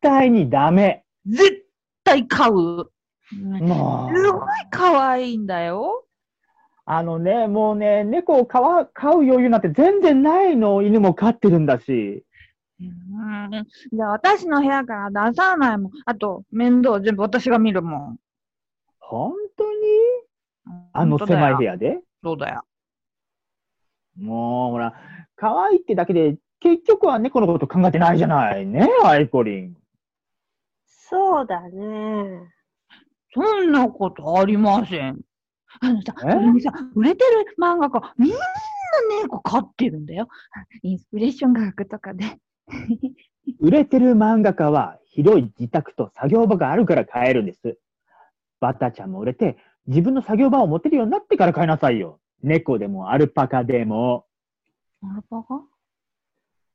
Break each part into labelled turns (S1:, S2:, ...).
S1: 対にダメ。
S2: 絶対買う。ね
S1: も。
S2: すごいう可愛いんだよ。
S1: あのね、もうね、猫を飼わ飼う余裕なんて全然ないの。犬も飼ってるんだし。
S2: うん。じゃあ私の部屋から出さないもん。あと、面倒全部私が見るもん。
S1: 本当にあ
S2: あ
S1: の狭い部屋で
S2: そうだよ。
S1: もうほら、可愛いってだけで、結局は猫のこと考えてないじゃない。ねアイコリン。
S3: そうだね。
S2: そんなことありません。あのさ、
S1: え
S2: それにさ売れてる漫画家、みんな猫飼ってるんだよ。インスピレーション科学とかで。
S1: 売れてる漫画家は、広い自宅と作業場があるから買えるんです。バタちゃんも売れて、自分の作業場を持てるようになってから買いなさいよ。猫でもアルパカでも。
S2: アルパカ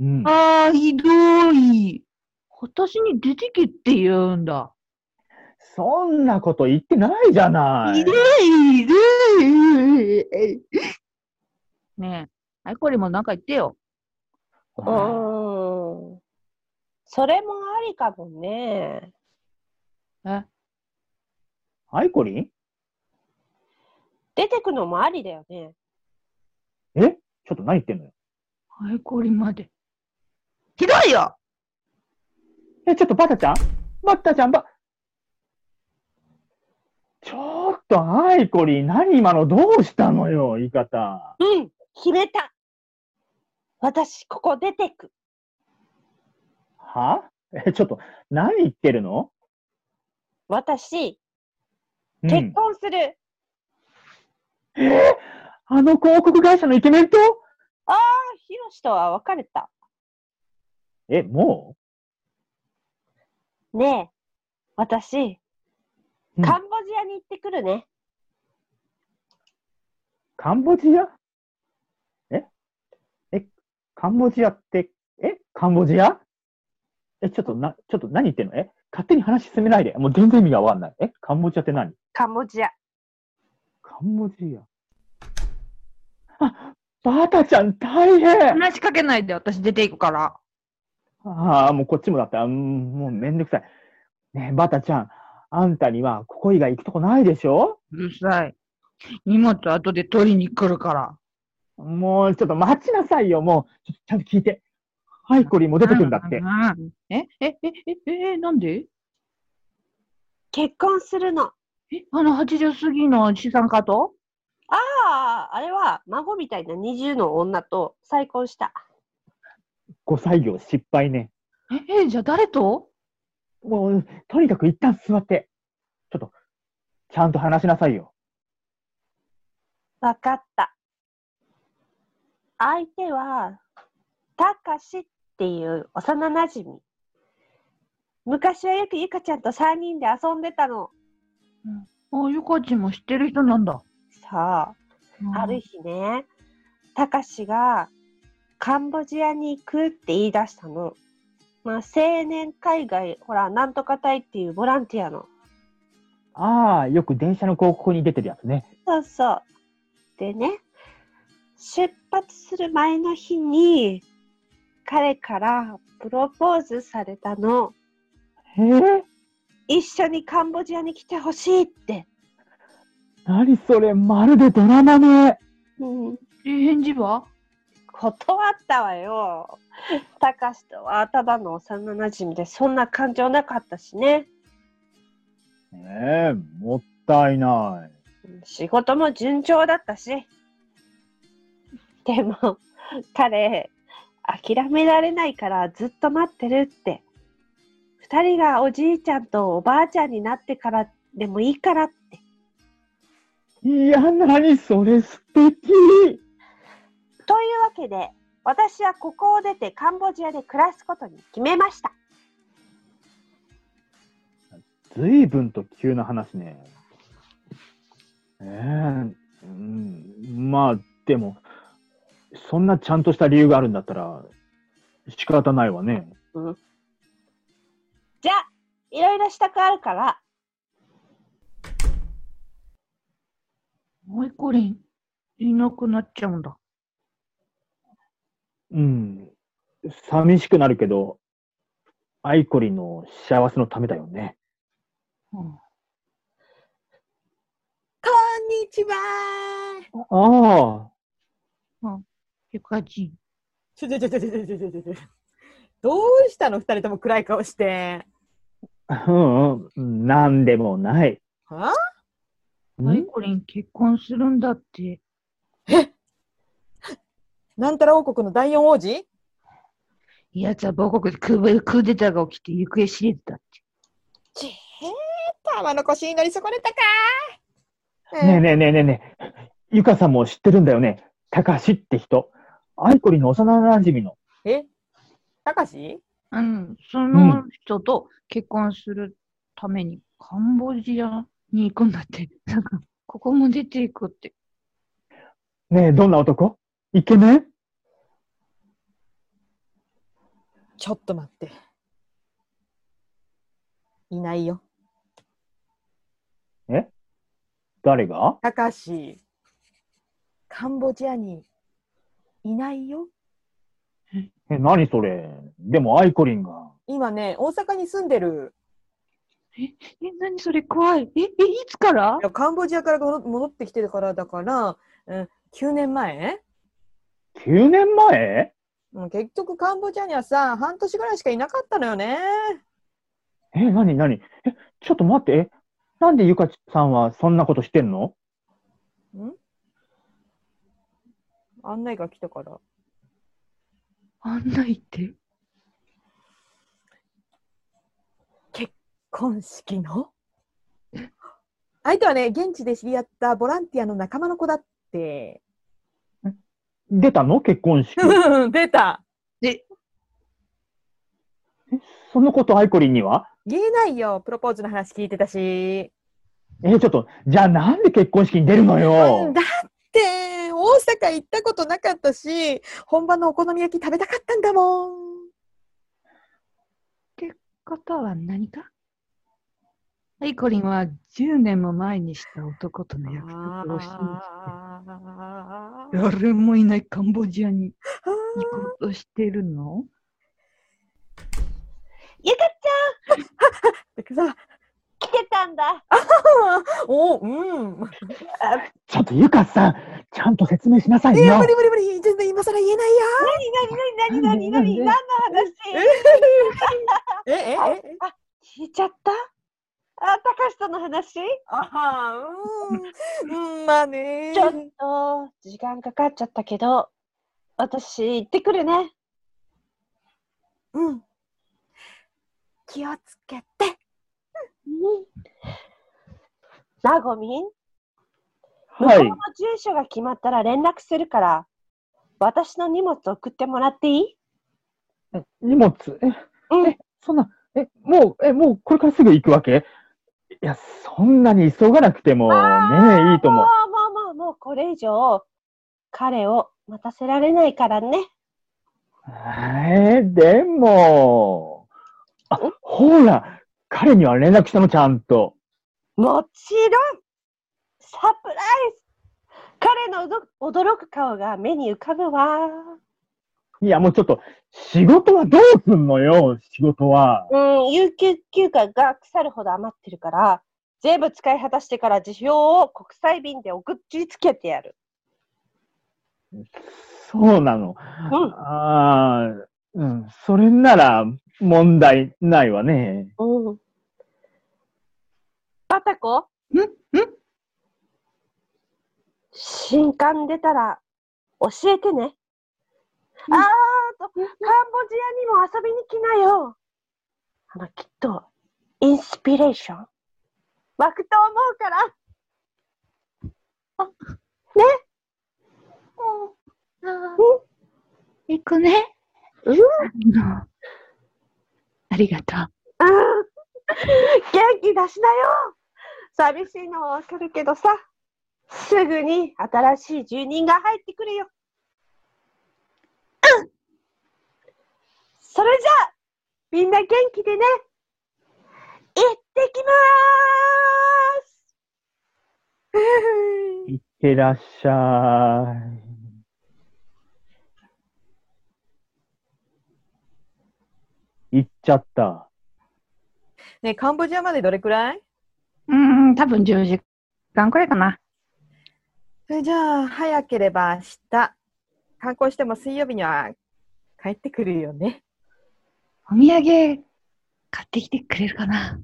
S1: うん。
S2: ああ、ひどい。私に出てけって言うんだ。
S1: そんなこと言ってないじゃないい
S2: る。いるねえ、アイコリもなんか言ってよ。
S3: うーん。それもありかもね。
S1: アイコリン
S3: 出てくのもありだよね。
S1: えちょっと何言ってんのよ。
S2: アイコリまで。ひどいよ
S1: え、ちょっとバタちゃんバタちゃんば、ちょっとアイコリン、何今のどうしたのよ、言い方。
S3: うん、決めた。私、ここ出てく。
S1: はえ、ちょっと、何言ってるの、
S3: 私、
S1: う
S3: 結
S1: ん、
S3: 婚する。
S1: えあの広告会社のイケメンと
S3: あ、ヒロシとは別れた。
S1: え、も
S3: ねえ、私、
S1: うん
S3: カンボジアに行ってくるね。
S1: うカンボジアええ、カンボジアって、えカンボジアえ、ちょっとな、ちょっと何言ってんのえ勝手に話進めないで。もう全然意味がわかんない。えカンボジアって何
S3: カンボジア。
S1: カンボジア。あ、バタちゃん大変
S2: 話しかけないで私出ていくから。
S1: ああ、もうこっちもだった。うんもうめんどくさい。ねえ、バタちゃん、あんたにはここ以外行くとこないでしょ
S2: うるさい。荷物後で取りに来るから。
S1: もうちょっと待ちなさいよ、もう。ちょっとちゃんと聞いて。アイコリーも出てくんだって
S2: う。ん。え、え、え、え、え、え、なんで
S3: 結婚するの。
S2: え、あの80過ぎの資産家と
S3: ああ、あれは孫みたいな20の女と再婚した。
S1: ご採用失敗ね。
S2: え、え、じゃあ誰と
S1: もう、とにかく一旦座って。ちょっと、ちゃんと話しなさいよ。
S3: わかった。相手は、たかしっていう幼なじみ。昔はよくゆかちゃんと3人で遊んでたの。
S2: あ、ゆかちんも知ってる人なんだ。
S3: さあ、ある日ね、たかしがカンボジアに行くって言い出したの。まあ、青年海外、ほら、なんとか隊っていうボランティアの
S1: ああ、よく電車の広告に出てるやつね。
S3: そうそう。でね、出発する前の日に、彼からプロポーズされたの。
S1: ええ
S3: 一緒にカンボジアに来てほしいって。
S1: 何それ、まるでドラマね。
S3: うん、
S2: え、返事は
S3: 断ったわよ。たかしとはただの幼なじみで、そんな感情なかったしね。
S1: ねえ、もったいない。
S3: 仕事も順調だったし。でも、彼、諦められないからずっと待ってるって。二人がおじいちゃんとおばあちゃんになってからでもいいからって。
S1: いや、何それ素敵
S3: というわけで、私はここを出てカンボジアで暮らすことに決めました。
S1: 随分と急な話ね。ええうん、まあ、でも、そんなちゃんとした理由があるんだったら、仕方ないわね。
S3: じゃあ、いろいろ支度あるから、
S2: おいこりん、いなくなっちゃうんだ。
S1: うん。寂しくなるけど、アイコリンの幸せのためだよね。
S2: うん
S4: こんにちは
S1: ああ、
S2: ゆかじん。
S4: ちょちょちょちょちょちょちょちょちょどうしたの二人とも暗い顔して。
S1: うんうん、なんでもない。
S4: は
S1: ん
S2: アイコリン結婚するんだって。
S4: なんたら王国の第四王子
S2: 奴は母国でクークーデターが起きて行方知れてたって。
S4: ちへー、玉の腰に乗り損ねたか
S1: ねえねえねえねえねえ、ゆかさんも知ってるんだよね。高橋って人。アイコリンの幼馴染の。
S4: ええたかし
S2: うん、その人と結婚するためにカンボジアに行くんだって。 なんか、ここも出ていくって。
S1: ねえ、どんな男イケメン
S4: ちょっと待って。いないよ。
S1: 誰が
S4: たかし、カンボジアにいないよ。
S1: え、何それ。でもアイコリンが。
S4: 今ね、大阪に住んでる。
S2: え、なにそれ怖い。え、え、いつから
S4: いやカンボジアから戻戻ってきてるからだから、うん、9年前
S1: 9年前
S4: もう結局カンボジアにはさ、半年ぐらいしかいなかったのよね。
S1: え、何何え、ちょっと待って。えなんでゆかさんはそんなことしてんの
S4: 案内が来たから。
S2: 案内って。
S4: 婚式の相手はね、現地で知り合ったボランティアの仲間の子だって。
S1: 出たの結婚 式。
S4: うん、 出た
S1: そのことアイコリンには
S4: 言えないよ、プロポーズの話聞いてたし。
S1: え、ちょっと、じゃあなんで結婚式に出るの
S4: うん
S1: よ。
S4: だって、大阪行ったことなかったし、本場のお好み焼き食べたかったんだもん。
S2: 方は何かアイコリンは10年も前にした男との約束をし
S4: あー
S2: 誰もいないカンボジアに行こうとしてるの
S3: ゆか
S4: だけど
S3: ちゃん
S4: さ、
S3: 来てたんだ
S4: おうん。
S1: ちょっとゆかさん、ちゃんと説明しなさい
S4: いや、
S1: よ
S4: 無。理無理無理、全然今更言えないよ。
S3: なになになになに何の話
S4: え、え、え、え、
S3: 聞いちゃったあ、たかしさんの話
S4: あはうん、うん、まあね
S3: ちょっと時間かかっちゃったけど、私行ってくるね。
S4: うん。気をつけて。
S3: なごみん、
S1: は
S3: こ
S1: い
S3: の。住所が決まったら連絡するから、私の荷物送ってもらっていい
S1: 荷物え、
S3: うん
S1: え、そんな、え、もう、え、もうこれからすぐ行くわけいや、そんなに急がなくても
S3: あ
S1: ね、いいと思う。
S3: もうもうもうもうこれ以上、彼を待たせられないからね。
S1: えー、でも、あ、ほら、彼には連絡したの、ちゃんと。
S3: もちろんサプライズ彼のおど驚く顔が目に浮かぶわ。
S1: いや、もうちょっと、仕事はどうすんのよ、仕事は。
S3: うん、有給休暇が腐るほど余ってるから、全部使い果たしてから辞表を国際便で送りつけてやる。
S1: そうなの。
S3: うん。
S1: ああ、うん、それなら問題ないわね。
S3: うん。バタコ
S2: んん
S3: 新刊出たら教えてね。
S2: うん
S3: あーと、カンボジアにも遊びに来なよ。あの、きっと、インスピレーション湧くと思うから。
S2: 行くね。
S3: う
S2: あ
S3: ん
S2: のありがとう。
S3: うん元気出しなよ寂しいのはわかるけどさすぐに新しい住人が入ってくるようんそれじゃあみんな元気でね行ってきまーす
S1: いってらっしゃい。行っちゃった。
S4: ねえカンボジアまでどれくらいう
S2: ーん、多分10時間くらいかな。
S4: それじゃあ、早ければ明日、観光しても水曜日には帰ってくるよね。
S2: お土産、買ってきてくれるか な。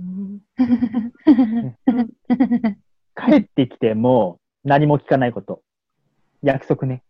S4: うん、
S1: 帰ってきても何も聞かないこと。約束ね。